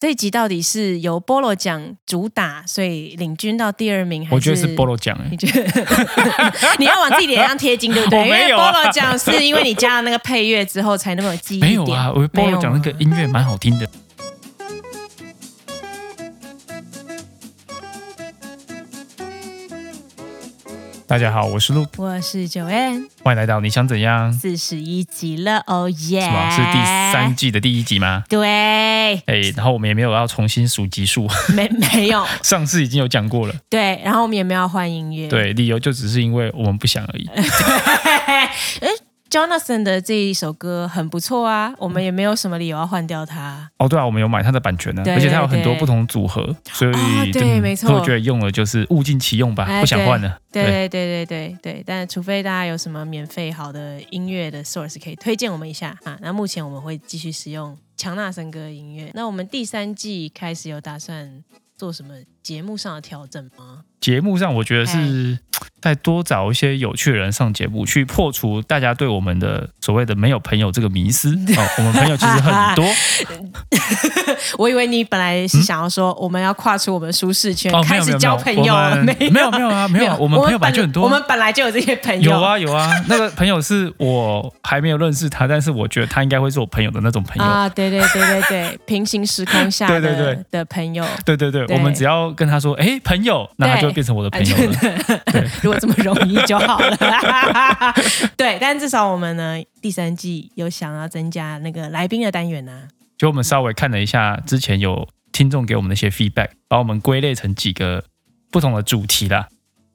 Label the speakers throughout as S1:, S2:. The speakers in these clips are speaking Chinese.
S1: 这一集到底是由菠萝奖主打，所以领军到第二名，还
S2: 我觉得是菠萝奖哎
S1: 你。觉得 你要往自己脸上贴金，对不对？
S2: 我没有啊
S1: 因为菠萝奖是因为你加了那个配乐之后才那么有记忆
S2: 没
S1: 点。
S2: 有啊，我菠萝奖那个音乐蛮好听的。大家好，我是陆，
S1: 啊我是九 N
S2: 欢迎来到你想怎样？
S1: 四十一集了，哦耶！
S2: 什么是第三？季的第一集吗？
S1: 对，
S2: 哎、然后我们也没有要重新数集数，
S1: 没没有
S2: 上次已经有讲过了。
S1: 对，然后我们也没有换音乐。
S2: 对，理由就只是因为我们不想 而已。
S1: 哎，Jonathan 的这一首歌很不错啊，我们也没有什么理由要换掉它。
S2: 哦，对啊，我们有买它的版权呢、
S1: 对
S2: 而且它有很多
S1: 对
S2: 不同组合，所以、
S1: 哦对没错
S2: 所以我觉得用了就是物尽其用吧，
S1: 哎
S2: 啊不想换了。
S1: 对对对对对对，但除非大家有什么免费好的音乐的 source 可以推荐我们一下啊。那目前我们会继续使用强纳森哥的音乐。那我们第三季开始有打算做什么节目上的调整吗？
S2: 节目上，我觉得
S1: 哎
S2: 是再多找一些有趣的人上节目，去破除大家对我们的所谓的没有朋友这个迷 思。哦，我们朋友其实很多
S1: 我以为你本来是想要说我们要跨出我们的舒适圈，
S2: 哦，没
S1: 开
S2: 有没
S1: 始
S2: 有
S1: 交朋
S2: 没
S1: 友
S2: 有
S1: 了，
S2: 我们
S1: 有
S2: 没有没有啊没有，我们朋友本来就很多啊，
S1: 我们本来就有这些朋友。
S2: 有啊有啊，那个朋友是我还没有认识他，但是我觉得他应该会是我朋友的那种朋友。
S1: 啊，对对对对对，平行时空下的
S2: 对对对
S1: 的朋友，
S2: 对对对，
S1: 对
S2: 我们只要跟他说，哎，朋友，那他就会变成我的朋 友了。对
S1: 啊如果这么容易就好了。 对，但至少我们呢，第三季有想要增加那个来宾的单元啊呢、
S2: 就我们稍微看了一下之前有听众给我们的一些 feedback，把我们归类成几个不同的主题啦。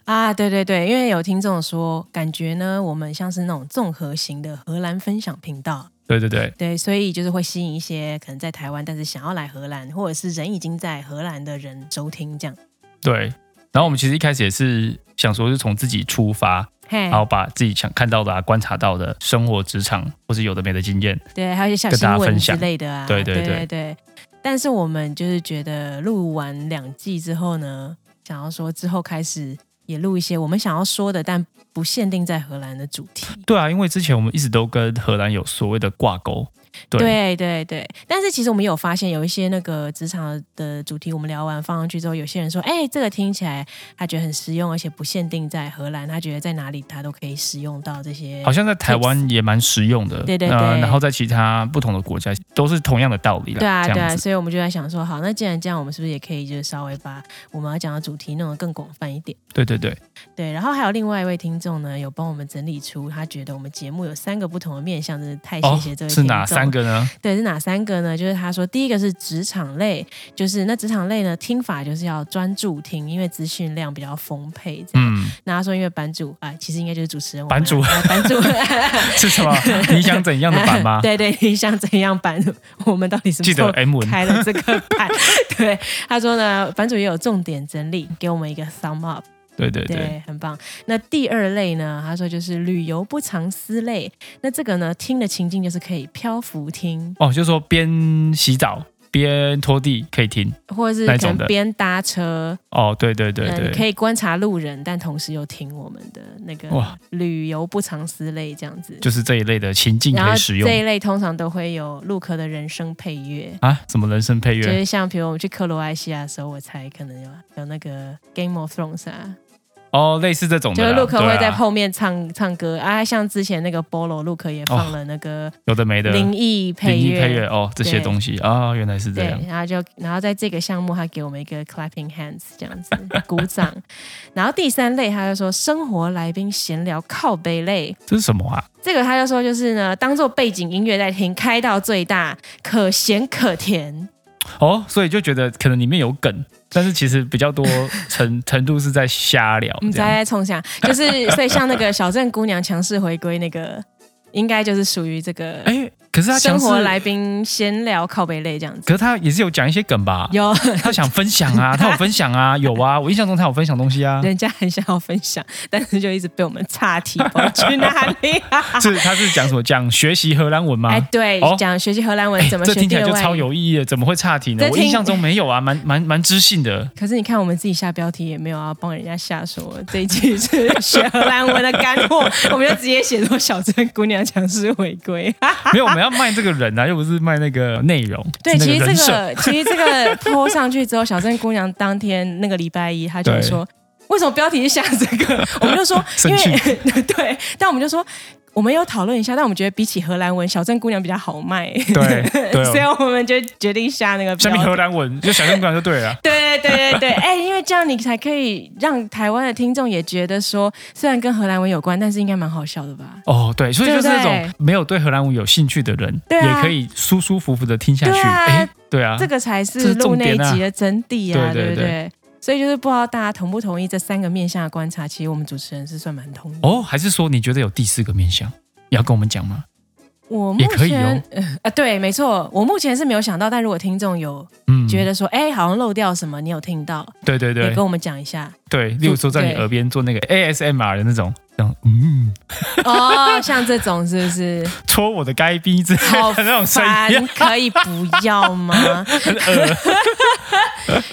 S1: 啊。对对对，因为有听众说，感觉呢，我们像是那种综合型的荷兰分享频道，
S2: 对对对，
S1: 对，所以就是会吸引一些可能在台湾，但是想要来荷兰，或者是人已经在荷兰的人收听这样。
S2: 对，然后我们其实一开始也是想说，是从自己出发，
S1: 嘿
S2: 然，后把自己想看到的、啊、观察到的生活、职场或是有的没的经验，
S1: 对，还有一些小
S2: 跟
S1: 新
S2: 大家
S1: 闻
S2: 分
S1: 之
S2: 享
S1: 类的啊，
S2: 对
S1: 对
S2: 对
S1: 对但是我们就是觉得录完两季之后呢，想要说之后开始也录一些我们想要说的，但不限定在荷兰的主题。
S2: 对啊，因为之前我们一直都跟荷兰有所谓的挂钩，
S1: 对
S2: 对
S1: 对对，但是其实我们有发现，有一些那个职场的主题，我们聊完放上去之后，有些人说，哎，这个听起来他觉得很实用，而且不限定在荷兰，他觉得在哪里他都可以使用到这些。
S2: 好像在台湾也蛮实用的，
S1: 哎对对
S2: 呃
S1: 对
S2: 然后在其他不同的国家都是同样的道理啦，
S1: 对啊，
S2: 这
S1: 对
S2: 样
S1: 啊，
S2: 子。
S1: 所以我们就在想说，好，那既然这样，我们是不是也可以就是稍微把我们要讲的主题弄得更广泛一点？
S2: 对对对，
S1: 对，然后还有另外一位听众呢，有帮我们整理出他觉得我们节目有三个不同的面向，真是太哎谢
S2: 哦
S1: 谢这位、听
S2: 是哪
S1: 众
S2: 三？个呢？
S1: 对，是哪三个呢？就是他说，第一个是职场类，就是那职场类呢，听法就是要专注听，因为资讯量比较丰沛。这样，
S2: 嗯，
S1: 那他说因为版主啊、其实应该就是主持人我们
S2: 版主
S1: 啊 版 主
S2: 是什么？ 你想怎样的版吗？
S1: 对对，你想怎样版？我们到底什么
S2: 记
S1: 时候
S2: 得 M 文，
S1: 开了这个 版。对，他说呢，版主也有重点整理，给我们一个 sum up，
S2: 对对
S1: 对，
S2: 对，
S1: 很棒。那第二类呢，他说就是旅游不藏私类，那这个呢，听的情境就是可以漂浮听，
S2: 哦，就是说边洗澡边拖地可以听。
S1: 或者是
S2: 哪一
S1: 可能
S2: 种的
S1: 边搭车，
S2: 哦，对对对
S1: 嗯、
S2: 对，
S1: 你可以观察路人，但同时又听我们的那个
S2: 哇
S1: 旅游不藏私类这样子。
S2: 就是这一类的情境
S1: 然
S2: 可
S1: 后
S2: 以使用
S1: 这一类通常都会有陆克的人声配乐，
S2: 啊？什么人声配
S1: 就
S2: 乐？
S1: 是像比如我们去克罗埃西亚的时候，我才可能有有那个 Game of Thrones 啊，
S2: 哦，类似这种的
S1: 就
S2: 啦，
S1: 是陆克
S2: 对
S1: 会
S2: 啊
S1: 在后面唱、唱歌啊，像之前那个 Bolo 陆克也放了那个
S2: 有哦的没的
S1: 灵异配
S2: 灵异
S1: 乐，
S2: 配乐哦，这些
S1: 对
S2: 东西啊、原来是这样
S1: 对，。然后就然后在这个项目，他给我们一个 clapping hands 这样子鼓掌， 然后第三类他就说生活来宾闲聊靠背类，
S2: 这是什么啊？
S1: 这个他就说就是呢当做背景音乐在听，开到最大，可咸可甜。
S2: 哦，所以就觉得可能里面有梗，但是其实比较多 程程度是在瞎聊
S1: 你
S2: 这样。
S1: 在嗯冲下，就是所以像那个小镇姑娘强势回归那个，应该就是属于这个
S2: 哎，可是他
S1: 生
S2: 强势
S1: 活，来宾闲聊靠背类这样子。
S2: 可是他也是有讲一些梗吧？
S1: 有
S2: 他想分享 啊，他有分享啊，有啊，我印象中他有分享东西啊。
S1: 人家很想要分享，但是就一直被我们岔题，不知道去哪里、 啊。
S2: 是他是讲什么？讲学习荷兰文吗？
S1: 哎，对
S2: 哦，
S1: 讲、学习荷兰文怎么
S2: 这
S1: 学
S2: 听起
S1: 第
S2: 来
S1: 二
S2: 就超
S1: 外语。
S2: 有意义的，怎么会岔题呢
S1: 这？
S2: 我
S1: 听
S2: 印象中没有啊，蛮蛮蛮知性的。
S1: 可是你看，我们自己下标题也没有要帮人家下说，这一期是 学荷兰文的干货，我们就直接写作“小镇姑娘强势回归”。
S2: 没有，我们要卖这个人啊，又不是卖那个内容。
S1: 对，
S2: 是那
S1: 其实
S2: 人
S1: 这
S2: 设
S1: 个 其实这个泼上去之后，小镇姑娘当天那个礼拜一，她就
S2: 对
S1: 说：“为什么标题是下这 个？”我们就说，因
S2: 生
S1: 为 对，但我们就说。我们有讨论一下，但我们觉得比起荷兰文，小镇姑娘比较好卖，
S2: 对对哦
S1: 所以我们就决定下那个
S2: 下
S1: 标
S2: 面
S1: 题
S2: 荷。兰文就小镇馆就对啊了。
S1: 对对对对对，哎、因为这样你才可以让台湾的听众也觉得说，虽然跟荷兰文有关，但是应该蛮好笑的吧？
S2: 哦，对，所以就是
S1: 对
S2: 那种
S1: 不
S2: 没有对荷兰文有兴趣的人，
S1: 对啊
S2: 也可以舒舒服服的听下去。
S1: 对啊
S2: 哎，对啊，
S1: 这个才是录那一集的真谛啊，
S2: 这是重点啊
S1: 对不对？所以就是不知道大家同不同意这三个面向的观察，其实我们主持人是算蛮同意。
S2: 哦，还是说你觉得有第四个面向，你要跟我们讲吗？
S1: 我目
S2: 也可以
S1: 前啊、
S2: 哦
S1: 呃对，没错，我目前是没有想到，但如果听众有
S2: 嗯，
S1: 觉得说，哎、好像漏掉什么，你有听到，
S2: 对对
S1: 也
S2: 对
S1: 跟我们讲一下
S2: 对，例如说在你
S1: 对
S2: 耳边做那个 ASMR 的那种，这样嗯，
S1: 哦。像这种是不是
S2: 戳我的该逼之类
S1: 好
S2: 的那种声
S1: 烦
S2: 音，？
S1: 可以不要吗？
S2: 很恶。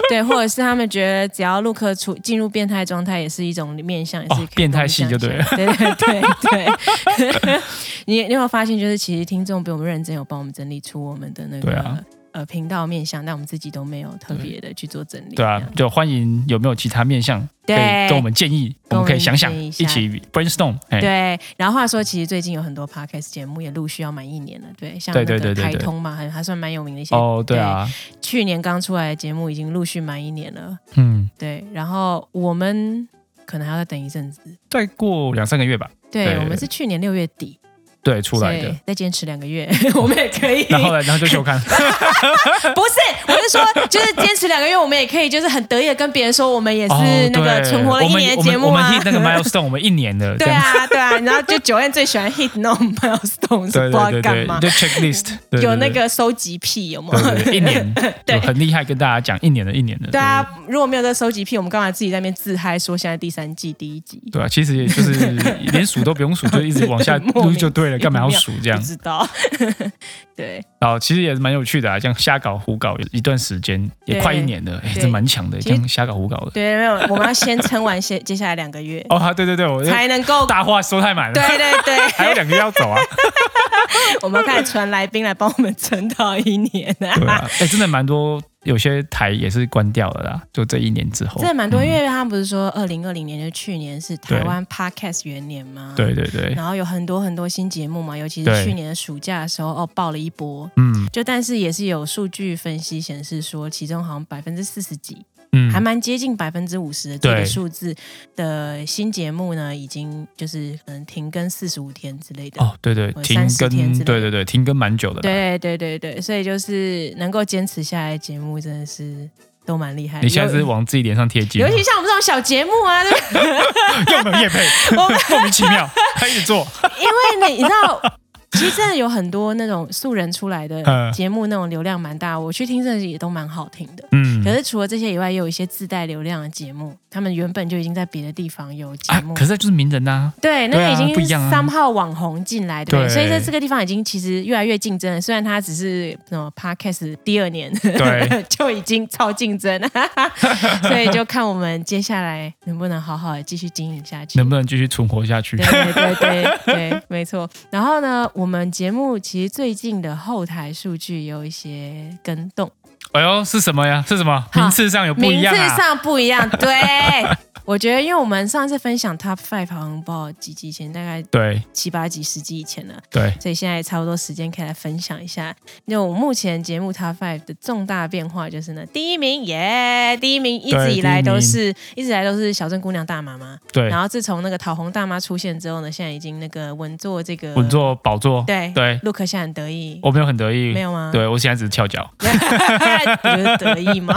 S1: 对，或者是他们觉得只要陆克出进入变态状态，也是一种面向，也是
S2: 哦
S1: 可以
S2: 变态系就对了
S1: 跟我们讲一下 对对对 对，你你有没有发现，就是其实听众比我们认真，有帮我们整理出我们的那
S2: 对
S1: 个、
S2: 啊
S1: 呃频道面向，但我们自己都没有特别的去做整理。
S2: 对啊
S1: 这样，
S2: 就欢迎有没有其他面向可以
S1: 对
S2: 跟我们建议，我
S1: 跟我们
S2: 们可以想想，
S1: 建议
S2: 一
S1: 一下
S2: 起 brainstorm。哎，
S1: 对，然后话说，其实最近有很多 podcast 节目也陆续要满一年了，对，像
S2: 对
S1: 那
S2: 对
S1: 个
S2: 对对
S1: 开
S2: 对
S1: 通嘛，还还算蛮有名的一些，
S2: 哦，对啊，
S1: 去年刚出来的节目已经陆续满一年了，
S2: 嗯，
S1: 对，然后我们可能还要再等一阵子。
S2: 再过两三个月吧，
S1: 对，
S2: 对
S1: 我们是去年六月底
S2: 对，出来
S1: 所
S2: 的
S1: 以。再坚持两个月， 我们也可以。
S2: 然后呢，然后就休刊。
S1: 不是，我是说，就是坚持两个月，我们也可以，就是很得意的跟别人说，我们也是那个
S2: 哦对
S1: 存活了一年的节目
S2: 我们我
S1: 啊
S2: 们。我们 hit 那个 milestone，我们一年的这
S1: 对
S2: 样。
S1: 啊，对啊，然后就九燕最喜欢 hit 那种 milestone，是
S2: 对
S1: 啊不知道
S2: 对对
S1: 干
S2: 对，
S1: 嘛
S2: 就。checklist 对对对
S1: 有那个收集癖有吗
S2: 对？对 对一年，
S1: 对
S2: 有很厉害，跟大家讲一年的，一年的。
S1: 对啊，如果没有这收集癖，我们干嘛自己在那边自嗨说现在第三季第一集
S2: 对，？对啊，其实也就是 连数都不用数，就一直往下
S1: 莫
S2: 撸
S1: 名
S2: 就对了，干嘛要数这样
S1: 不？知道。 对，
S2: 然后哦其实也是蛮有趣的啊，这样瞎搞胡搞一段时间，也
S1: 对
S2: 快一年了，哎，
S1: 对
S2: 这蛮强的，
S1: 其
S2: 这
S1: 实
S2: 样瞎搞胡搞的。
S1: 对，没有，我们要先撑完接接下来两个月，
S2: 哦，啊对对对，我
S1: 才能够。
S2: 大话说太满了，
S1: 对对对，
S2: 还有两个月要 走啊。
S1: 我们要开始传来宾来帮我们撑到一年
S2: 对
S1: 啊。
S2: 啊，哎，真的蛮多，有些台也是关掉了啦，就这一年之后
S1: 真。的蛮多，
S2: 嗯
S1: 因为他们不是说二零二零年，就是去年是台湾 podcast 元年嘛，，
S2: 对对对，
S1: 然后有很多很多新节目嘛，尤其
S2: 对
S1: 是去年的暑假的时候，哦，爆了一波。
S2: 嗯
S1: 就但是也是有数据分析显示说，其中好像百分之四十几，
S2: 嗯
S1: 还，蛮接近百分之五十的这
S2: 对
S1: 个数字的新节目呢，已经就是可能停更四十五天之类的。
S2: 哦，对对，
S1: 呃
S2: 停
S1: 30
S2: 更
S1: 天之类，的
S2: 对对对，啊停更蛮久的。，
S1: 对对对对，所以就是能够坚持下来的节目，真的是都蛮厉害的。
S2: 你现在是
S1: 尤
S2: 往自己脸上贴金
S1: 尤
S2: 吗，
S1: 其像我们这种小节目啊， 对不对
S2: 又没有叶配，
S1: 我
S2: 莫名其 妙，他一直做，
S1: 因为你你知道，其实真的有很多那种素人出来的
S2: 嗯
S1: 节目，那种流量蛮大，我去听真的也都蛮好听的。
S2: 嗯
S1: 可是除了这些以外，也有一些自带流量的节目，他们原本就已经在别的地方有节
S2: 啊，
S1: 目，
S2: 可是就是名人呐，
S1: 对，那
S2: 对啊
S1: 个已经
S2: 不一样啊
S1: 三号网红进来，对不对？
S2: 对
S1: 所以在这个地方已经其实越来越竞争了。虽然他只是什么 podcast 第二年，
S2: 对
S1: 就已经超竞争， 所以就看我们接下来能不能好好的继续经营下去。
S2: 能不能继续存活下去
S1: 对？对对对对，没错。然后呢，我们节目其实最近的后台数据有一些跟动，
S2: 哎呦，是什么呀？是什么？名次上有不一
S1: 名
S2: 样
S1: 字
S2: 啊？
S1: 上不一样。对，我觉得因为我们上次分享 Top Five 好像不知道几集以前，大概
S2: 对
S1: 七八集、十集以前了。
S2: 对，
S1: 所以现在差不多时间可以来分享一下，那我目前节目 Top Five 的重大变化就是呢，第一名耶第一名一直以来都是一直以来都是小镇姑娘大妈妈，
S2: 对
S1: 然后自从那个讨红大妈出现之后呢，现在已经那个稳坐这个
S2: 稳，坐宝座，
S1: 对
S2: 对，
S1: 陆克现在很得意，
S2: 我没有很得意
S1: 没，有啊吗？
S2: 对我现在只是翘脚，
S1: 不是得意吗？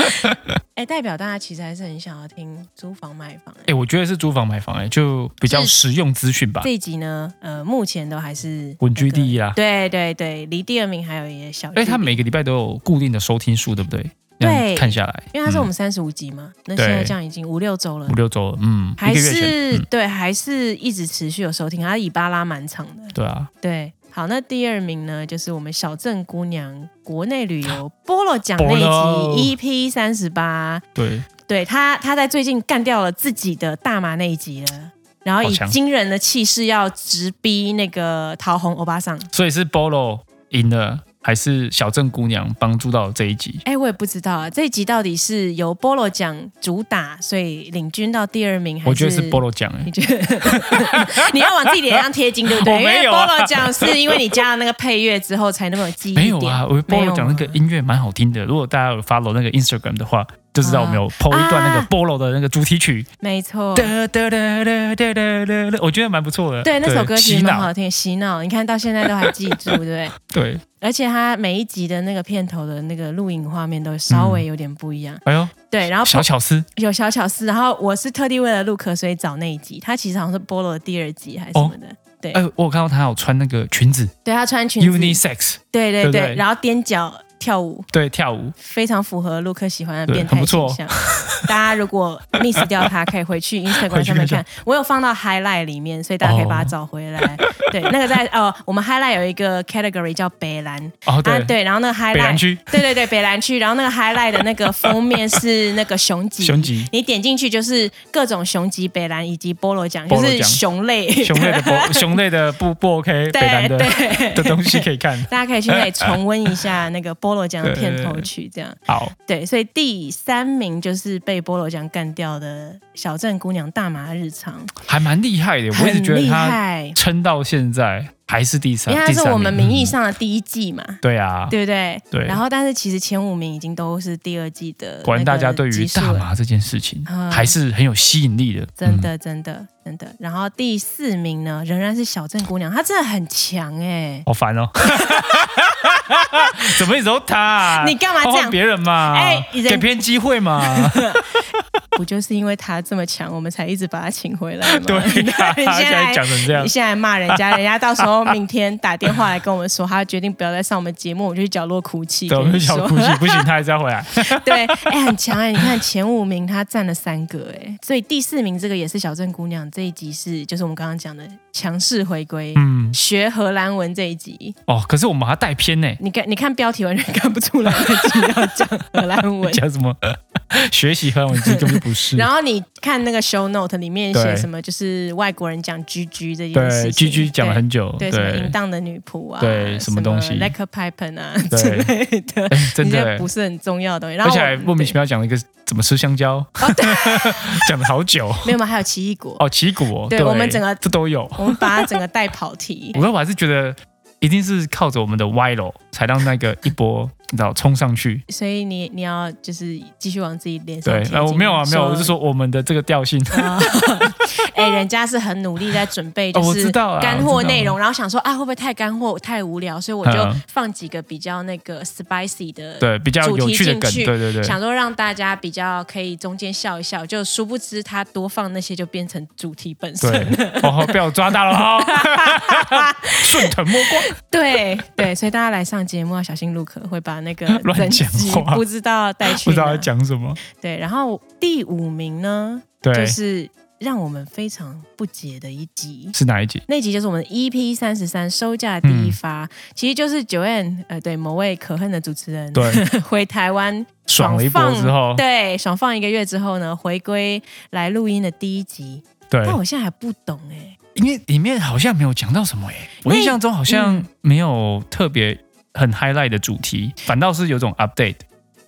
S1: 哎，代表大家其实还是很想要听租房买房、哎
S2: 哎，我觉得是租房买房，哎，就比较
S1: 是
S2: 实用资讯吧
S1: 这，一集呢，呃，目前都还是
S2: 稳居第
S1: 一。
S2: 一啦。
S1: 对对对，离第二名还有一些小距
S2: 哎，
S1: 离。
S2: 他每个礼拜都有固定的收听数，对不对？这样
S1: 对
S2: 看下来，
S1: 因为它是我
S2: 嗯
S1: 们三十五集嘛，那现在
S2: 对
S1: 这样已经五六周了
S2: 五，六周了，嗯，一
S1: 还
S2: 个月前
S1: 是、
S2: 嗯
S1: 对，还是一直持续有收听，它尾巴拉蛮长的。
S2: 对啊，
S1: 对，好，那第二名呢，就是我们小镇姑娘国内旅 游菠萝奖那
S2: Bolo
S1: 一集 EP 三十八，
S2: 对，
S1: 对他，他在最近干掉了自己的大麻那一集了。然后
S2: 好
S1: 以
S2: 强
S1: 惊人的气势要直逼那个桃红欧巴桑。
S2: 所以是 Bolo 赢了，还是小镇姑娘帮助到这一集？
S1: 哎，我也不知道啊，这一集到底是由 Bolo 奖主打，所以领军到第二名，还
S2: 我觉得是 Bolo 奖哎
S1: 你，觉得 你要往自己脸上贴金，对不对？
S2: 我没有啊
S1: 因为 Bolo 奖是因为你加了那个配乐之后才那么有记忆点。
S2: 没有啊，我
S1: 没有
S2: Bolo 讲那个
S1: 吗
S2: 音乐蛮好听的，如果大家有 follow 那个 Instagram 的话，就知道我们有 PO 一段那个
S1: 啊
S2: Bolo 的那个主题曲，
S1: 没错。
S2: 哒哒哒哒哒哒哒哒，我觉得蛮不错的。
S1: 对，那首歌其
S2: 洗
S1: 实蛮好
S2: 脑，
S1: 听，洗脑，你看到现在都还记住，对不 对？
S2: 对，
S1: 而且它每一集的那个片头的那个录影画面都稍微有点不一样，
S2: 哎呦，
S1: 对。然后
S2: 小巧思
S1: 有小巧思，然后我是特地为了录可所以找那一集，它其实好像是菠萝的第二集还是什么的。对
S2: 哎、我有看到她有穿那个裙子
S1: 对他穿裙子，
S2: ，unisex，
S1: 对对
S2: 对不
S1: 对，
S2: 对
S1: 然后踮脚跳舞，
S2: 对，跳舞，
S1: 非常符合陆克喜欢的
S2: 对
S1: 变
S2: 很
S1: 态
S2: 不错
S1: 形
S2: 哦
S1: 象。大家如果 miss 掉它，可以回 去 Instagram
S2: 回去
S1: 上面
S2: 看一下
S1: 看，我有放到 highlight 里面，所以大家可以把它找回来。对，那个在哦，我们 highlight 有一个 category 叫北兰
S2: 哦，对，
S1: 啊，对，然后那个
S2: 北南
S1: highlight。
S2: 区
S1: 对对对，北兰区，然后那个 highlight 的那个封面是那个熊脊，
S2: 雄吉
S1: 你点进去就是各种熊级北兰以及菠萝奖，
S2: 菠
S1: 就
S2: 萝
S1: 是
S2: 奖
S1: 熊类。
S2: 熊类的不熊类的不不 OK，北南
S1: 对
S2: 的
S1: 对
S2: 的东西可以看。
S1: 大家可以去那 里重温一下那个菠萝奖的片头曲，这样
S2: 好，
S1: 对。所以第三名就是被菠萝奖干掉的小镇姑娘大麻日常，
S2: 还蛮厉害的，我一直
S1: 很
S2: 觉得
S1: 厉
S2: 他
S1: 害，
S2: 撑到现在还是第三
S1: 因为，它
S2: 第
S1: 是
S2: 三名
S1: 我们名义、
S2: 嗯
S1: 上的第一季嘛，
S2: 对啊，
S1: 对不对？
S2: 对
S1: 然后但是其实前五名已经都是第二季的，
S2: 果然大家对于大。麻这件事情
S1: 嗯
S2: 还是很有吸引力的，
S1: 真
S2: 嗯
S1: 的，真的，真的。然后第四名呢，仍然是小镇姑娘，她真的很强哎、
S2: 好烦哦。 怎么一直都他啊？
S1: 你干嘛这
S2: 换
S1: 样
S2: 换别人嘛？
S1: 哎人
S2: 给别人机会 嘛？
S1: 不就是因为她这么强，我们才一直把她请回来吗？
S2: 对 啊，
S1: 你现
S2: 现在
S1: 在
S2: 讲成这样
S1: 你，现在骂人 家，人家到时候明天打电话来跟我们说，他决定不要再上我们节目，我就去角落哭泣。
S2: 对，我
S1: 跟
S2: 们
S1: 你
S2: 就小
S1: 说
S2: 哭泣，不行， 他还是要回来。
S1: 对，哎、很强哎、你看前五名他占了三个哎、所以第四名这个也是小镇姑娘这一集是就是我们刚刚讲的强势回归。
S2: 嗯，
S1: 学荷兰文这一集，
S2: 哦，可是我们还带偏呢，。
S1: 你看你看标题完全看不出来这集要讲荷兰文
S2: 讲什么 学习和文字根本就不是。
S1: 然后你看那个 show note 里面写
S2: 对
S1: 什么，就是外国人讲 “gg” 这件事
S2: 对
S1: 情。
S2: ，G G 讲了很久，
S1: 对，什么淫荡的女仆啊，
S2: 对什么东西
S1: l e c k e r pipe 啊
S2: 对
S1: 之类的，
S2: 哎 真
S1: 你
S2: 的
S1: 这
S2: 欸
S1: 不，是很重要的东西。然
S2: 而
S1: 后
S2: 且
S1: 我哦
S2: 还莫名其妙讲了一个怎么吃香蕉， 讲了好久。
S1: 对没有嘛，还有奇异果，
S2: 哦，奇异果，
S1: 对我们整个
S2: 这都有。
S1: 我们把它整个带跑题
S2: 我。跟我还是觉得一定是靠着我们的歪楼，才让那个一波你知道冲上去。
S1: 所以你你要就是继续往自己脸上
S2: 对
S1: 贴，金。
S2: 呃，我没有啊，没有，我是
S1: 说，
S2: 说我们的这个调性。
S1: 啊哎，人家是很努力在准备，
S2: 哦，
S1: 就
S2: 我知
S1: 是
S2: 道了，
S1: 干货
S2: 我知道
S1: 内容，然后想说啊，会不会太干货太无聊，所以我就
S2: 嗯
S1: 放几个比较那个 spicy 的
S2: 对比较有趣的梗，
S1: 主题进去
S2: 对对对，
S1: 想说让大家比较可以中间笑一笑，就殊不知他多放那些就变成主题本身了。
S2: 对，哦，被我抓到了哦，顺藤摸瓜。
S1: 对对，所以大家来上节目要小心陆可会把那个
S2: 乱
S1: 整
S2: 讲
S1: 集
S2: 话
S1: 不知道带去
S2: 不知道
S1: 哪
S2: 在讲什么。
S1: 对，然后第五名呢，
S2: 对，
S1: 就是让我们非常不解的一集。
S2: 是哪一集？
S1: 那集就是我们的 EP 三十三收价第一
S2: 嗯
S1: 发，其实就是九 N 呃对某位可恨的主持人
S2: 对，
S1: 回台湾
S2: 爽了一波
S1: 放
S2: 之后，
S1: 对爽放一个月之后呢，回归来录音的第一集，
S2: 对，
S1: 但我现在还不懂哎、
S2: 因为里面好像没有讲到什么诶、我
S1: 那
S2: 印象中好像没有特别很 highlight 的主题，反倒是有种 update。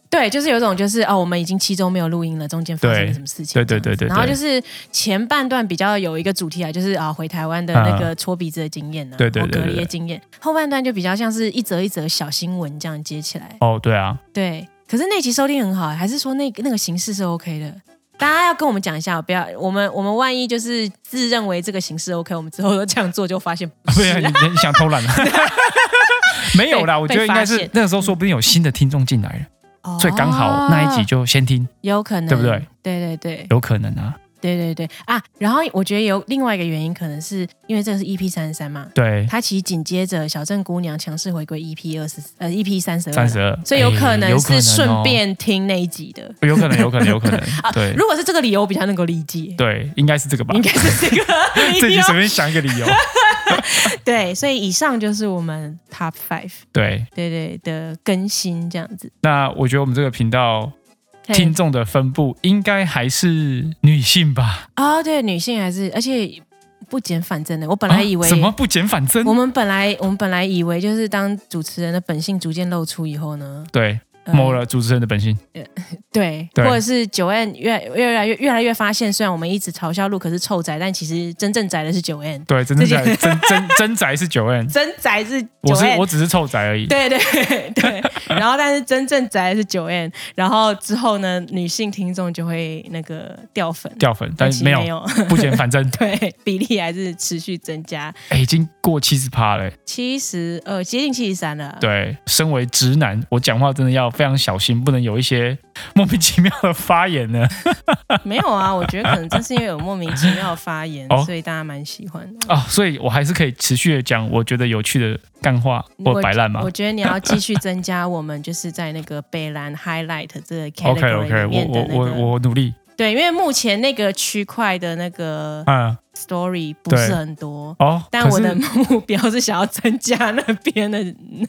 S1: 对，就是有一种就是哦，我们已经七周没有录音了，中间发生了
S2: 对
S1: 什么事情？
S2: 对对对对对
S1: 然后就是前半段比较有一个主题啊，就是啊回台湾的那个搓鼻子的经验啊，
S2: 对对对对
S1: 或隔离的
S2: 对
S1: 经验。后半段就比较像是一则一则小新闻这样接起来。
S2: 哦，对啊，
S1: 对，可是那集收听很好，还是说那个那个形式是 OK 的？大家要跟我们讲一下，不要我们我们万一就是自认为这个形式 OK，我们之后都这样做就发现不
S2: 不
S1: 是
S2: 是你
S1: 啊。
S2: 你想偷 懒了？没有啦，
S1: 被
S2: 我觉得应
S1: 被
S2: 该
S1: 发
S2: 是
S1: 现
S2: 那个时候说不定有新的听众进来了，所以刚好那一集
S1: 哦
S2: 就先听，
S1: 有可能，
S2: 对不对？
S1: 对对对，
S2: 有可能啊。
S1: 对对对啊，然后我觉得有另外一个原因，可能是因为这个是 EP 三十三嘛，
S2: 对，
S1: 它其实紧接着《小镇姑娘》强势回归 EP 二十呃 EP 三十
S2: 三
S1: 二，
S2: 十二，
S1: 所以有可
S2: 哎
S1: 能
S2: 有
S1: 是顺
S2: 哦
S1: 便听那一集的。
S2: 有 可能，有可能，有可能，对
S1: 啊如果是这个理由，我比较能够理解，
S2: 对，应该是这个吧
S1: 应。该是这个
S2: 自
S1: 理
S2: 己
S1: 由
S2: 随。便想一个理由，
S1: 对，所以以上就是我们 Top Five
S2: 对，
S1: 对对的更新这样子。
S2: 那我觉得我们这个频道
S1: 嘿
S2: 听众的分布应该还是女性吧？
S1: 啊、对，女性还是，而且不减反增的。我本来以为、
S2: 啊怎么不减反增
S1: 我？们本来我们本来以为就是当主持人的本性逐渐露出以后呢，
S2: 对，
S1: 呃
S2: 某了主持人的本性，
S1: 对，
S2: 对
S1: 或者是九 N 越越来越越来越发现，虽然我们一直嘲笑路可是臭宅，但其实真正宅的是九 N，
S2: 对，真正
S1: 这
S2: 宅真真真宅是九 N，
S1: 真宅是
S2: 我
S1: 九
S2: 是
S1: N
S2: 我。只是臭宅而已。
S1: 对对对，然后但是真正宅的是九 N，然后之后呢，女性听众就会那个掉粉，
S2: 掉粉，但
S1: 但
S2: 是
S1: 其
S2: 没
S1: 实
S2: 有
S1: 没有，
S2: 不减反增，
S1: 对比例还是持续增加，
S2: 哎，已经过七十趴了。欸
S1: 七十呃接近七十三了，
S2: 对，身为直男，我讲话真的要非常小心，不能有一些莫名其妙的发言呢。
S1: 没有啊，我觉得可能正是因为有莫名其妙的发言，
S2: 哦
S1: 所以大家蛮喜欢的。
S2: 啊、所以我还是可以持续的讲我觉得有趣的干话或摆烂嘛
S1: 我。觉得你要继续增加我们就是在那个北兰 highlight 这个
S2: OK
S1: category
S2: OK，
S1: 里
S2: 我
S1: 面的
S2: 我
S1: 那个
S2: 我我努力。
S1: 对，因为目前那个区块的那个
S2: 嗯，
S1: story 不
S2: 对
S1: 是很多。
S2: 哦，
S1: 但我
S2: 可
S1: 的
S2: 是
S1: 目标是想要增加那边的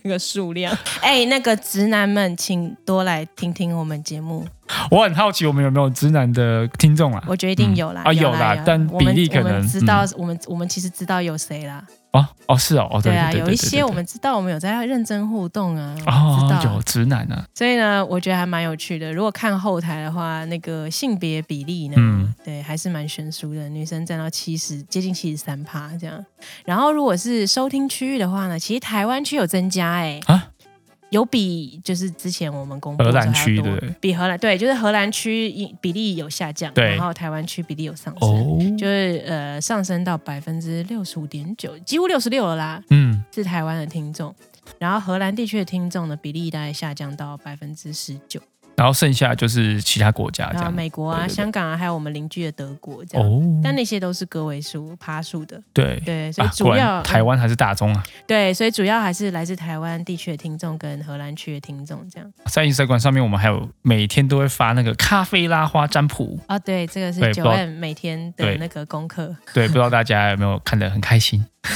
S1: 那个数量。 哎，那个直男们，请多来听听我们节目，
S2: 我很好奇，我们有没有直男的听众啊？
S1: 我觉得一定有啦。
S2: 嗯啊有啦
S1: 啦，
S2: 但
S1: 我们
S2: 比例可
S1: 我们
S2: 能
S1: 知道，我们我们其实知道有谁啦。
S2: 哦哦，是哦，哦对
S1: 对啊，
S2: 对
S1: 有一些我。
S2: 对对对对
S1: 们知道我们有在认真互动啊，知
S2: 哦
S1: 道，
S2: 有直男啊，
S1: 所以呢，我觉得还蛮有趣的。如果看后台的话，那个性别比例呢，
S2: 嗯
S1: 对，还是蛮悬殊的，女生占到七十，接近七十三趴这样。然后如果是收听区域的话呢，其实台湾区有增加哎、
S2: 啊
S1: 有比就是之前我们公布
S2: 荷兰
S1: 的时候还要
S2: 区
S1: 多
S2: 对不对
S1: 比荷兰对，就是荷兰区比例有下降，
S2: 对
S1: 然后台湾区比例有上升。
S2: 哦，
S1: 就是呃上升到百分之六十五点九，几乎六十六了啦，
S2: 嗯，
S1: 是台湾的听众。然后荷兰地区的听众的比例大概下降到百分之十九，
S2: 然后剩下就是其他国家这
S1: 然后
S2: 样。
S1: 美国啊、
S2: 对对对
S1: 香港啊，还有我们邻居的德国这样，
S2: 哦，
S1: 但那些都是个位数趴数的，
S2: 对
S1: 对，所以
S2: 啊，
S1: 主
S2: 果
S1: 要、
S2: 然台湾还是大众啊。
S1: 对，所以主要还是来自台湾地区的听众跟荷兰区的听众这样
S2: 在 Instagram 上面，我们还有每天都会发那个咖啡拉花占卜，
S1: 啊、对，这个
S2: 对
S1: 是
S2: 不知
S1: 九
S2: 道
S1: N 每天的
S2: 对
S1: 那个功课，
S2: 对，不知道大家有没有看得很开心？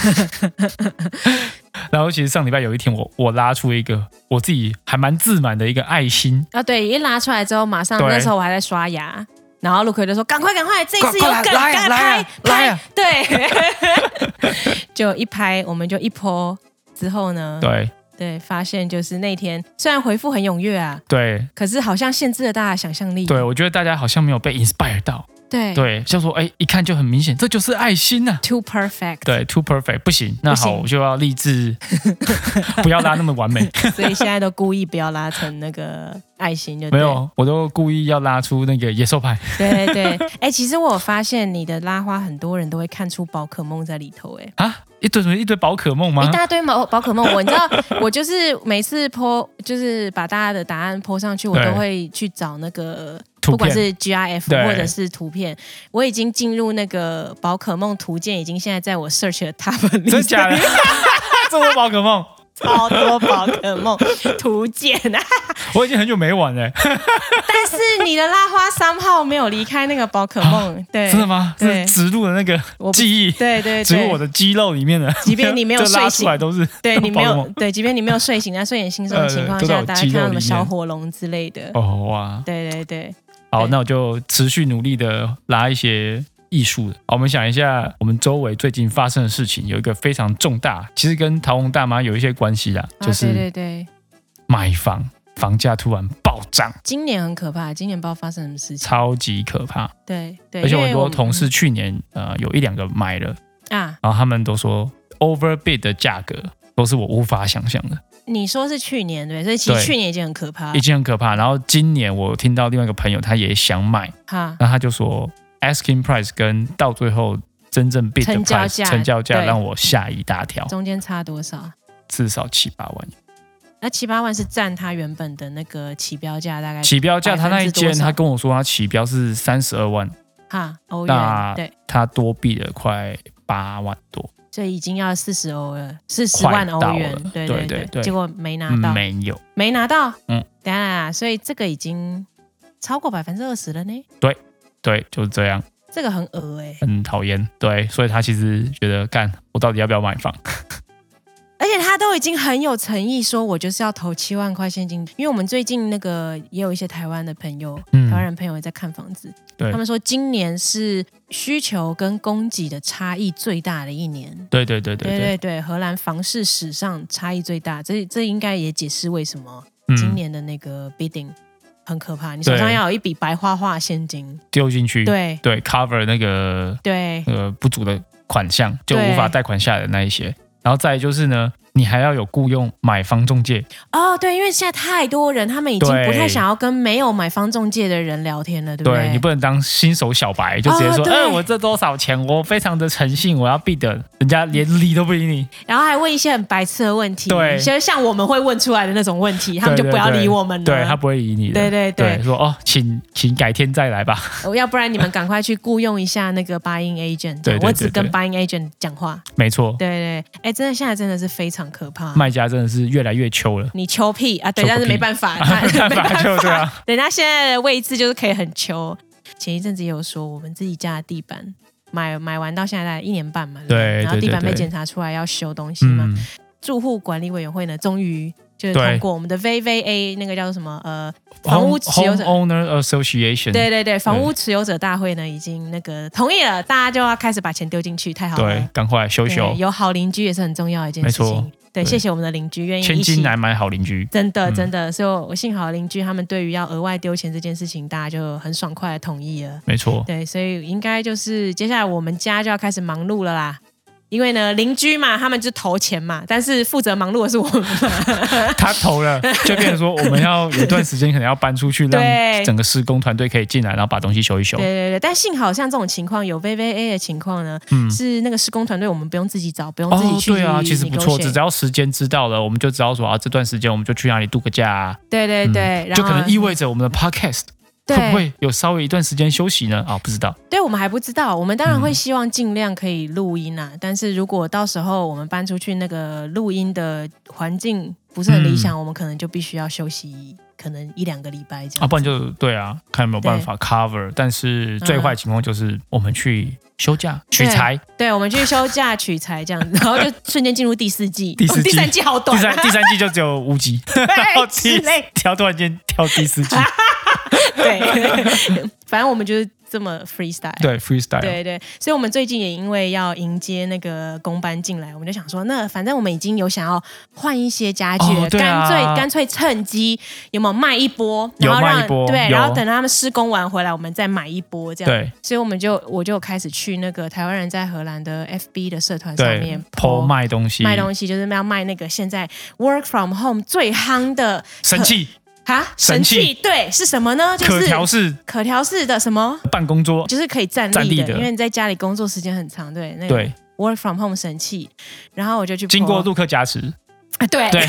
S2: 然后其实上礼拜有一天我，我拉出一个我自己还蛮自满的一个爱心，
S1: 啊，对，一拉出来之后，马上
S2: 对
S1: 那时候我还在刷牙，然后陆奎就说：“赶快，赶快，这一次有
S2: 快
S1: 梗，
S2: 快来
S1: 赶快
S2: 来
S1: 拍
S2: 啊来
S1: 拍
S2: 啊！”
S1: 对， 就一拍，我们就一泼之后呢，
S2: 对
S1: 对，发现就是那天虽然回复很踊跃啊，
S2: 对
S1: 可是好像限制了大家的想象力。
S2: 对，我觉得大家好像没有被 inspire 到，
S1: 对
S2: 对，就说哎，一看就很明显，这就是爱心呐、
S1: ，too perfect。
S2: 对，too perfect 不行，那好，
S1: 不行
S2: 我就要励 志，不要拉那么完美。
S1: 所以现在都故意不要拉成那个爱心就
S2: 没
S1: 对了
S2: 有，我都故意要拉出那个野兽派。
S1: 对对，对哎，其实我有发现你的拉花，很多人都会看出宝可梦在里头，哎。
S2: 啊，一堆什么一堆宝可梦吗
S1: 一？大堆宝宝可梦，我你知道，我就是每次泼，就是把大家的答案泼上去，我
S2: 对
S1: 都会去找那个，
S2: 图
S1: 不
S2: 片
S1: 管是 GIF
S2: 对
S1: 或者是图片，我已经进入那个宝可梦图鉴，已经现在在我 search 的 top 里面，
S2: 真假的？ 这么多宝可梦，
S1: 超多宝可梦图鉴啊！
S2: 我已经很久没玩了、
S1: 但是你的拉花三号没有离开那个宝可梦，对，
S2: 啊真的吗？
S1: 对
S2: 是植入了那个
S1: 我不
S2: 记忆，
S1: 对对
S2: 植入我
S1: 对，
S2: 的肌肉里面的。
S1: 即便你没有
S2: 这
S1: 睡
S2: 拉出
S1: 醒
S2: 来都是
S1: 对你没
S2: 宝可
S1: 有
S2: 梦
S1: 对，即便你没有睡醒，在睡眼惺忪的
S2: 呃
S1: 情况
S2: 都在
S1: 下，
S2: 我
S1: 大家
S2: 肌
S1: 看到什
S2: 肉里
S1: 么
S2: 面
S1: 小火龙之类的，
S2: 哦哇！
S1: 对对对。
S2: 好，
S1: 对
S2: 那我就持续努力的拉一些艺术的。好，我们想一下，我们周围最近发生的事情有一个非常重大，其实跟桃红大妈有一些关系啦，就
S1: 啊、
S2: 是
S1: 对对对，
S2: 买房，房价突然暴涨，
S1: 今年很可怕，今年不知道发生什么事情。
S2: 超级可怕。
S1: 对对，
S2: 而且
S1: 因
S2: 我
S1: 为
S2: 很
S1: 我
S2: 多
S1: 们
S2: 同事去年呃有一两个买了，
S1: 啊，
S2: 然后他们都说 overbid 的价格都是我无法想象的，
S1: 你说是去年对，所以其
S2: 对
S1: 实去年已经很可怕
S2: 已经很可怕。然后今年我听到另外一个朋友他也想买，
S1: 哈。
S2: 那他就说 asking price 跟到最后真正 bid 的
S1: 成交
S2: price
S1: 价
S2: 成交价
S1: 对
S2: 让我吓一大跳，
S1: 中间差多少？
S2: 至少七八万。
S1: 那七八万是占他原本的那个起标价大概
S2: 起标价他那
S1: 百
S2: 一
S1: 分
S2: 间
S1: 之多少
S2: 他跟我说他起标是三十二万，
S1: 哈欧
S2: 那
S1: 元对，
S2: 他多 bid 了快八万多，
S1: 所以已经要四十欧了，四十
S2: 快
S1: 万欧
S2: 到
S1: 元
S2: 了，
S1: 对
S2: 对对
S1: 对
S2: 对
S1: 结果没拿到，
S2: 没有。
S1: 没拿到，
S2: 嗯
S1: 嗯，等一下啦，所以这个已经超过百分之二十了呢，
S2: 对，就是这样，
S1: 这个很恶哎、
S2: 很讨厌。对，所以他其实觉得干，我到底要不要买房？
S1: 而而且他都已经很有诚意，说我就是要投七万块现金，因为我们最近那个也有一些台湾的朋友，
S2: 嗯
S1: 台湾人朋友也在看房子，
S2: 对
S1: 他们说今年是需求跟供给的差异最大的一年。
S2: 对对对
S1: 对
S2: 对对，
S1: 对对，荷兰房市史上差异最大，这这应该也解释为什么今
S2: 嗯，
S1: 年的那个 bidding 很可怕，你手
S2: 对嗯
S1: 上要有一笔白花花的现金。
S2: 丢进去，
S1: 对
S2: 对，cover 那个
S1: 对
S2: 那个呃不足的款项，就
S1: 对
S2: 无法贷款下来的那一些。然后再来就是呢，你还要有雇佣买房中介，
S1: 哦，对，因为现在太多人，他们已经
S2: 对
S1: 不太想要跟没有买方中介的人聊天了，对不
S2: 对你不能当新手小白就直接
S1: 哦
S2: 说，
S1: 对
S2: 哎、我这多少钱？我非常的诚信，我要 bid，的人家连理都不理你。
S1: 然后还问一些很白痴的问题，
S2: 对
S1: 其实像我们会问出来的那种问题，他们就
S2: 对
S1: 不要理我们了。
S2: 对他不会理你的。
S1: 嗯对对对
S2: 对，说哦，请请改天再来吧。
S1: 哦要不然你们赶快去雇佣一下那个 buying agent，
S2: 对对对
S1: 我只跟
S2: 对
S1: buying agent 讲话。
S2: 没错，
S1: 对对，对哎，真的现在真的是非常可怕。
S2: 卖家真的是越来越秋 了，
S1: 你求屁啊，对，
S2: 求个
S1: 但是
S2: 屁
S1: 没办 法，
S2: 办法就 对啊。
S1: 人家现在的位置就是可以很求。前一阵子也有说，我们自己家的地板买买完到现在大概一年半嘛，不
S2: 对
S1: 然后
S2: 对
S1: 地板
S2: 对
S1: 被
S2: 对
S1: 检查出来要修东西嘛，
S2: 嗯，
S1: 住户管理委员会呢，终于就是
S2: 对
S1: 通过我们的 VVA 那个叫做什么呃，房屋持有
S2: Home
S1: 者
S2: Owner Association，
S1: 对对对，房屋持有者大会呢已经那个同意了，大家就要开始把钱丢进去，太好
S2: 对
S1: 了。
S2: 赶快修一
S1: 对，
S2: 修，
S1: 有好邻居也是很重要的一件事
S2: 没错
S1: 情。对，
S2: 对
S1: 谢谢我们的邻居愿意
S2: 千
S1: 一起
S2: 金，难买好邻居。
S1: 真的
S2: 嗯
S1: 真的，所以我幸好邻居他们对于要额外丢钱这件事情，大家就很爽快的同意了。
S2: 没错，
S1: 对，所以应该就是接下来我们家就要开始忙碌了啦。因为呢，邻居嘛，他们就投钱嘛，但是负责忙碌的是我们
S2: 他投 了，就变成说我们要有一段时间可能要搬出去，
S1: 对
S2: 让整个施工团队可以进来，然后把东西修一修
S1: 对。对对，但幸好像这种情况有 VVA 的情况呢，
S2: 嗯
S1: 是那个施工团队我们不用自己找，不用自己
S2: 哦，
S1: 去、
S2: 对啊，其实不错，只
S1: 道
S2: 要时间知道了，我们就知道说啊，这段时间我们就去哪里度个假啊，
S1: 对对对，然后
S2: 就可能意味着我们的 podcast
S1: 对
S2: 会不会有稍微一段时间休息呢？啊，不知道。
S1: 对我们还不知道，我们当然
S2: 嗯
S1: 会希望尽量可以录音啊，但是如果到时候我们搬出去，那个录音的环境不是很理
S2: 嗯
S1: 想，我们可能就必须要休息，可能一两个礼拜这样。
S2: 啊，不然就对啊，看有没有办法 cover。但是最坏情况就是我们去休
S1: 嗯
S2: 假取材，
S1: 对，我们去休假取材这样 子，然后就瞬间进入第四季，
S2: 第四季
S1: 哦第三季好短
S2: 第
S1: 啊，
S2: 三第三季就只有五集，然 后
S1: 对
S2: 第
S1: 之类的
S2: 跳突然间跳第四季，
S1: 对， 反正我们就是这么 freestyle。
S2: 对 freestyle，
S1: 对对，所以我们最近也因为要迎接那个公班进来，我们就想说，那反正我们已经有想要换一些家具了，
S2: 哦对
S1: 干
S2: 啊
S1: 脆干脆趁机有没有卖一波，然后
S2: 有卖
S1: 让
S2: 一波
S1: 对，
S2: 有
S1: 然后等他们施工完回来，我们再买一波这样。哦
S2: 对
S1: 所以我们就我就开始去那个台湾人在荷兰的 FB 的社团上
S2: 对
S1: 面
S2: po 卖东西，
S1: 卖东西，就是要卖那个现在 work from home 最夯的
S2: 神器
S1: 啊
S2: 神器
S1: 对是什么呢？ 就是
S2: 可调式
S1: 可调式的什么？
S2: 办公桌，
S1: 就是可以站立的，
S2: 站立的
S1: 因为你在家里工作时间很长，对，那个
S2: 对，
S1: work from home 神器，然后我就去
S2: 经过
S1: po-
S2: 陆克加持，
S1: 啊 对
S2: 对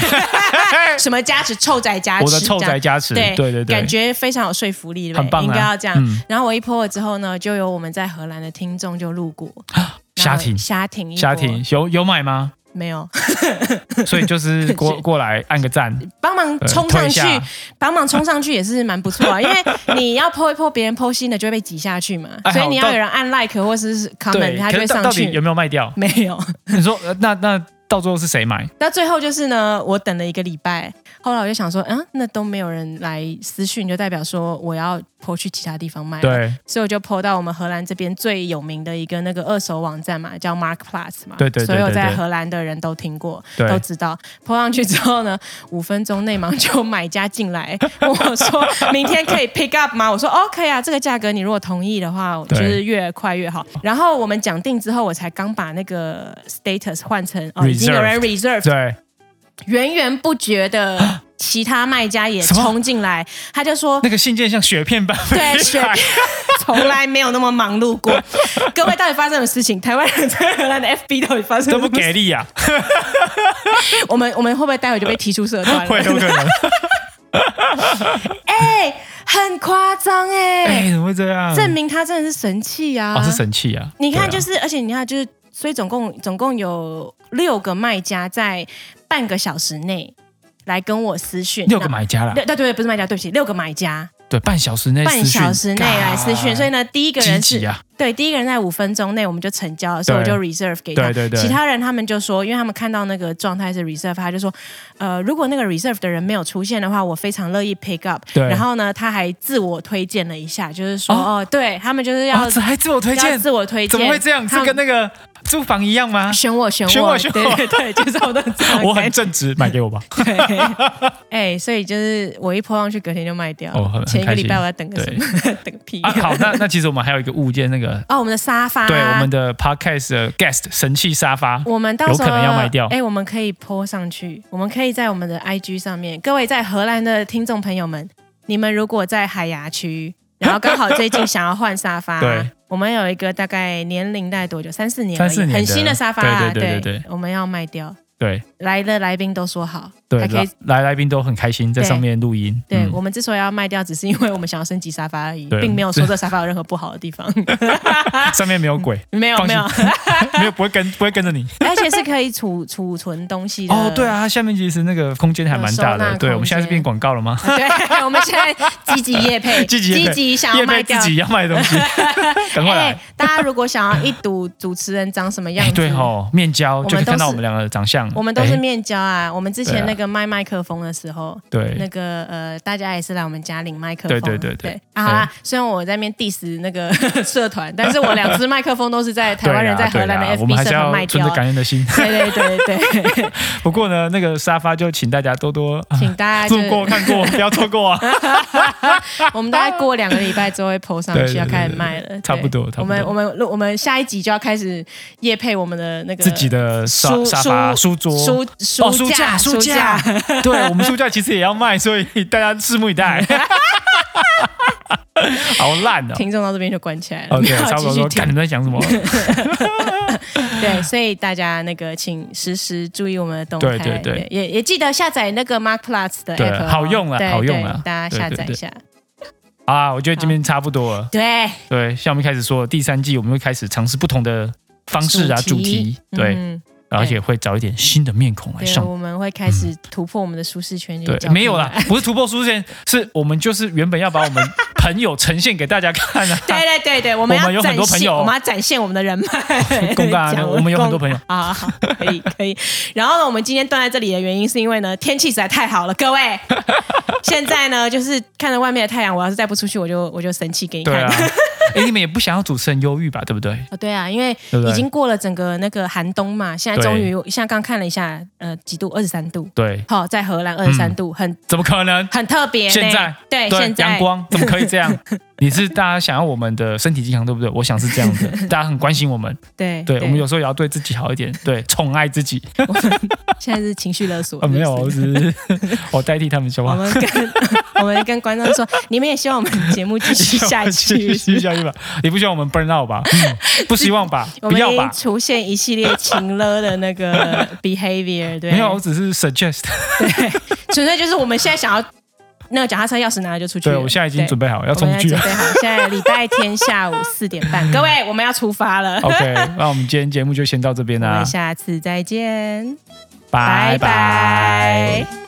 S1: 什么加持臭宅加持，
S2: 我的臭
S1: 这
S2: 宅
S1: 样
S2: 加持，
S1: 对
S2: 对对对
S1: 感，觉非常有说服力，对不对
S2: 很棒啊
S1: 应该要这样。
S2: 嗯
S1: 然后我一 po 了之后呢，就有我们在荷兰的听众就路过，
S2: 瞎停
S1: 然后瞎停一波
S2: 家庭有有买吗？
S1: 没有，
S2: 所以就是 过过来按个赞，
S1: 帮忙
S2: 对
S1: 冲
S2: 呃
S1: 上
S2: 推一
S1: 去
S2: 下，
S1: 帮忙冲上去也是蛮不错啊，因为你要 po 一 po 别人 po 新的就会被挤下去嘛，
S2: 哎好
S1: 所以你要
S2: 到
S1: 有人按 like 或是是 comment，
S2: 对，
S1: 他就
S2: 可
S1: 会
S2: 是到
S1: 上
S2: 到底有
S1: 去。
S2: 没有卖掉？
S1: 没有，
S2: 你说呃那那到最后是谁买？
S1: 那最后就是呢，我等了一个礼拜，后来我就想说，嗯，那都没有人来私讯，就代表说我要抛去其他地方卖。，
S2: 对
S1: 所以我就抛到我们荷兰这边最有名的一个那个二手网站嘛，叫 Markplatz 嘛。
S2: 对对对
S1: 所有
S2: 对对
S1: 在荷兰的人都听过，
S2: 对
S1: 都知道。抛上去之后呢，五分钟内马上就有买家进 来问我说：“明天可以 pick up 吗？”我说：“哦，可以啊，这个价格你如果同意的话，就
S2: 对
S1: 是越快越好。”然后我们讲定之后，我才刚把那个 status 换成哦，已经有人 reserve
S2: 对，
S1: 源源不绝的其他卖家也
S2: 啊什么
S1: 冲进来，他就说
S2: 那个信件像雪片般飞
S1: 对 雪
S2: 来
S1: 从来没有那么忙碌过。各位到底发生什么事情？台湾人在荷兰的 FB 到底发生
S2: 这
S1: 什
S2: 不
S1: 么
S2: 给
S1: 事？
S2: 力啊，
S1: 我们我们会不会待会就被踢出社团
S2: 会有
S1: 了？
S2: 可能。
S1: 哎、很夸张哎，
S2: 哎，怎么会这样？
S1: 证明他真的是神器啊！
S2: 哦，是神器啊！
S1: 你看，
S2: 对啊
S1: 就是、而且你看，就是所以总共总共有六个卖家在半个小时内来跟我私讯，
S2: 六个买家啦，
S1: 对对对，不是卖家，对不起，六个买家
S2: 对，半小时内
S1: 半
S2: 私讯
S1: 小时内来私讯，
S2: 干
S1: 所以呢，第一个人
S2: 积
S1: 是
S2: 极啊，
S1: 对，第一个人在五分钟内我们就成交了，所以我
S2: 对
S1: 就 reserve 给他。
S2: 对对对，
S1: 其他人他们就说，因为他们看到那个状态是 reserve，他就说，呃，如果那个 reserve 的人没有出现的话，我非常乐意 pick up。
S2: 对
S1: 然后呢，他还自我推荐了一下，就是说，哦，对他们就是要、
S2: 啊，这还自我推
S1: 要
S2: 荐，
S1: 自我推荐，
S2: 怎么会这样？
S1: 他
S2: 这
S1: 们
S2: 跟那个租房一样吗？
S1: 选我选我
S2: 选我选 我
S1: 对对对，就是我都这样
S2: 我很
S1: 感觉
S2: 正直，买给我吧。
S1: 对， 哎、所以就是我一泼上去，隔天就卖掉了。
S2: 哦很很
S1: 前一个
S2: 开心
S1: 礼拜我在等个什么？ 等个屁
S2: 啊，好，那那其实我们还有一个物件，那个
S1: 哦，我们的沙发，
S2: 对我们的 podcast 的 guest 神器沙发，
S1: 我们到时候
S2: 有可能要卖掉
S1: 哎，我们可以 po 上去，我们可以在我们的 IG 上面。各位在荷兰的听众朋友们，你们如果在海牙 区，然后刚好最近想要换沙发，
S2: 对，
S1: 我们有一个大概年龄大概多久？三四年而已，
S2: 三四年的
S1: 很新的沙发啦，
S2: 对对对对
S1: 我们要卖掉。
S2: 对
S1: 来的来宾都说好，
S2: 对
S1: 还，可以。
S2: 来来宾都很开心在
S1: 对
S2: 上面录音，
S1: 对、
S2: 嗯
S1: 我们之所以要卖掉，只是因为我们想要升级沙发而已，
S2: 对
S1: 并没有说这沙发有任何不好的地 方，
S2: 上面没有鬼，
S1: 没有
S2: 放
S1: 没
S2: 心
S1: 有，
S2: 没有不会跟不会跟着你。
S1: 而且是可以储储存东西的。
S2: 哦，对啊，它下面其实那个空间还蛮大
S1: 有收纳
S2: 的。对，我们现在是
S1: 空间
S2: 变广告了 吗？
S1: 哦对，我们现在积极夜配，
S2: 积极业配
S1: 想要
S2: 叶
S1: 卖
S2: 贝自
S1: 掉。
S2: 己要卖的东西， 赶快
S1: 哎
S2: 来。，
S1: 大家如果想要一睹主持人长什么样
S2: 哎，
S1: 子，
S2: 对吼，面交就可以看到我们两个的长相。
S1: 我们都是
S2: 哎
S1: 面交啊。我们之前
S2: 对啊
S1: 那个卖麦克风的时候，那
S2: 对啊
S1: 个呃，大家也是来我们家领麦克风，
S2: 对对对哎对
S1: 啊。好啦虽然我在那边 diss 那个 社团，但是我两支麦克风都是在台湾人在荷兰
S2: 对啦对啊
S1: 的
S2: 啦我们
S1: FB
S2: 还
S1: 社
S2: 是
S1: 团
S2: 要
S1: 卖
S2: 存
S1: 掉
S2: 着。感恩的心。
S1: 对对对对对，
S2: 不过呢，那个沙发就请大家多多啊
S1: 请大家就
S2: 路过看过，不要错过啊。
S1: 我们大概过两个礼拜之后会 PO 上
S2: 对对
S1: 去，
S2: 对
S1: 要开始卖了。对
S2: 差不多差
S1: 我
S2: 不多
S1: 们我们我们下一集就要开始夜配我们的那个
S2: 自己的沙
S1: 书
S2: 沙发、
S1: 书
S2: 书桌、
S1: 书
S2: 哦
S1: 书
S2: 架、
S1: 书
S2: 书架。对我们书架其实也要卖，所以大家拭目以待。 好 烂哦。
S1: 听众到这边就关起来了，没
S2: OK，
S1: 有
S2: 差不
S1: 继
S2: 多
S1: 续
S2: 说，看
S1: 听
S2: 你。们在讲 什么。
S1: 对，所以大家那个请时时注意我们的动态，
S2: 对对对
S1: 也也记得下载那个 Mark Plus 的
S2: 对
S1: app，哦
S2: 好用啊
S1: 对
S2: 好用啊
S1: 对大家下载一下。
S2: 好啊，我觉得今天差不多了。
S1: 对，
S2: 对，像我们一开始说的，第三季我们会开始尝试不同的方式啊，主题，对，
S1: 嗯
S2: 而且会找一点新的面孔来
S1: 对，
S2: 上。
S1: 我们会开始突破我们的舒适圈，就
S2: 对
S1: 是，找
S2: 没有啦
S1: 朋友，
S2: 不是突破舒适圈，是我们就是原本要把我 们朋友呈现给大家看啊。
S1: 对对对对，我们
S2: 我
S1: 要
S2: 们有很多朋
S1: 展现
S2: 友
S1: 我们要展现我们的人脉。
S2: 公干啊
S1: 讲
S2: 我们有很多朋友
S1: 公 啊，好可以可以。然后呢，我们今天断在这里的原因是因为呢，天气实在太好了，各位。 现在呢，就是看着外面的太阳，我要是再不出去，我就我就生气给你
S2: 对
S1: 看。
S2: 啊，哎，你们也不想要主持人忧郁吧？对不对？
S1: 哦，对啊，因为
S2: 对不对
S1: 已经过了整个那个寒冬嘛，现在终于，现在刚看了一下，呃，几度？二十三度。
S2: 对，
S1: 好、在荷兰二十三度，很
S2: 怎么可能？
S1: 很特别呢。
S2: 嗯现在
S1: 对
S2: 对
S1: 哎现，在
S2: 阳光怎么可以这样？你是大家想要我们的身体健康，对不对？我想是这样的， 大家很关心我们。
S1: 对
S2: 对，我们有时候也要对自己好一点，对，宠爱自己。
S1: 我们现在是情绪勒 索
S2: 啊，没有，
S1: 是不是
S2: 我只 是我代替他们说
S1: 我
S2: 话。
S1: 们跟 我们跟观众说，你们也希望我们节目继续 下去
S2: 继。续下去吧。你不希望我们 burn out 吧？嗯不希望吧？
S1: 我
S2: 不
S1: 们
S2: 要
S1: 已经
S2: 吧？
S1: 出现一系列情勒的那 个 behavior，对，
S2: 没有，我，只是 suggest。
S1: 纯粹就是我们现在想要那个脚踏车钥匙拿了就出去了。
S2: 对，我现在已经准
S1: 备
S2: 备好要冲去
S1: 准
S2: 了。
S1: 备好，现在礼拜天下午四点半，各位我们要出发了，
S2: OK，那我们今 天节目就先到这边
S1: 我
S2: 啦
S1: 们，下次再见，
S2: 啊
S1: 拜
S2: 拜
S1: 拜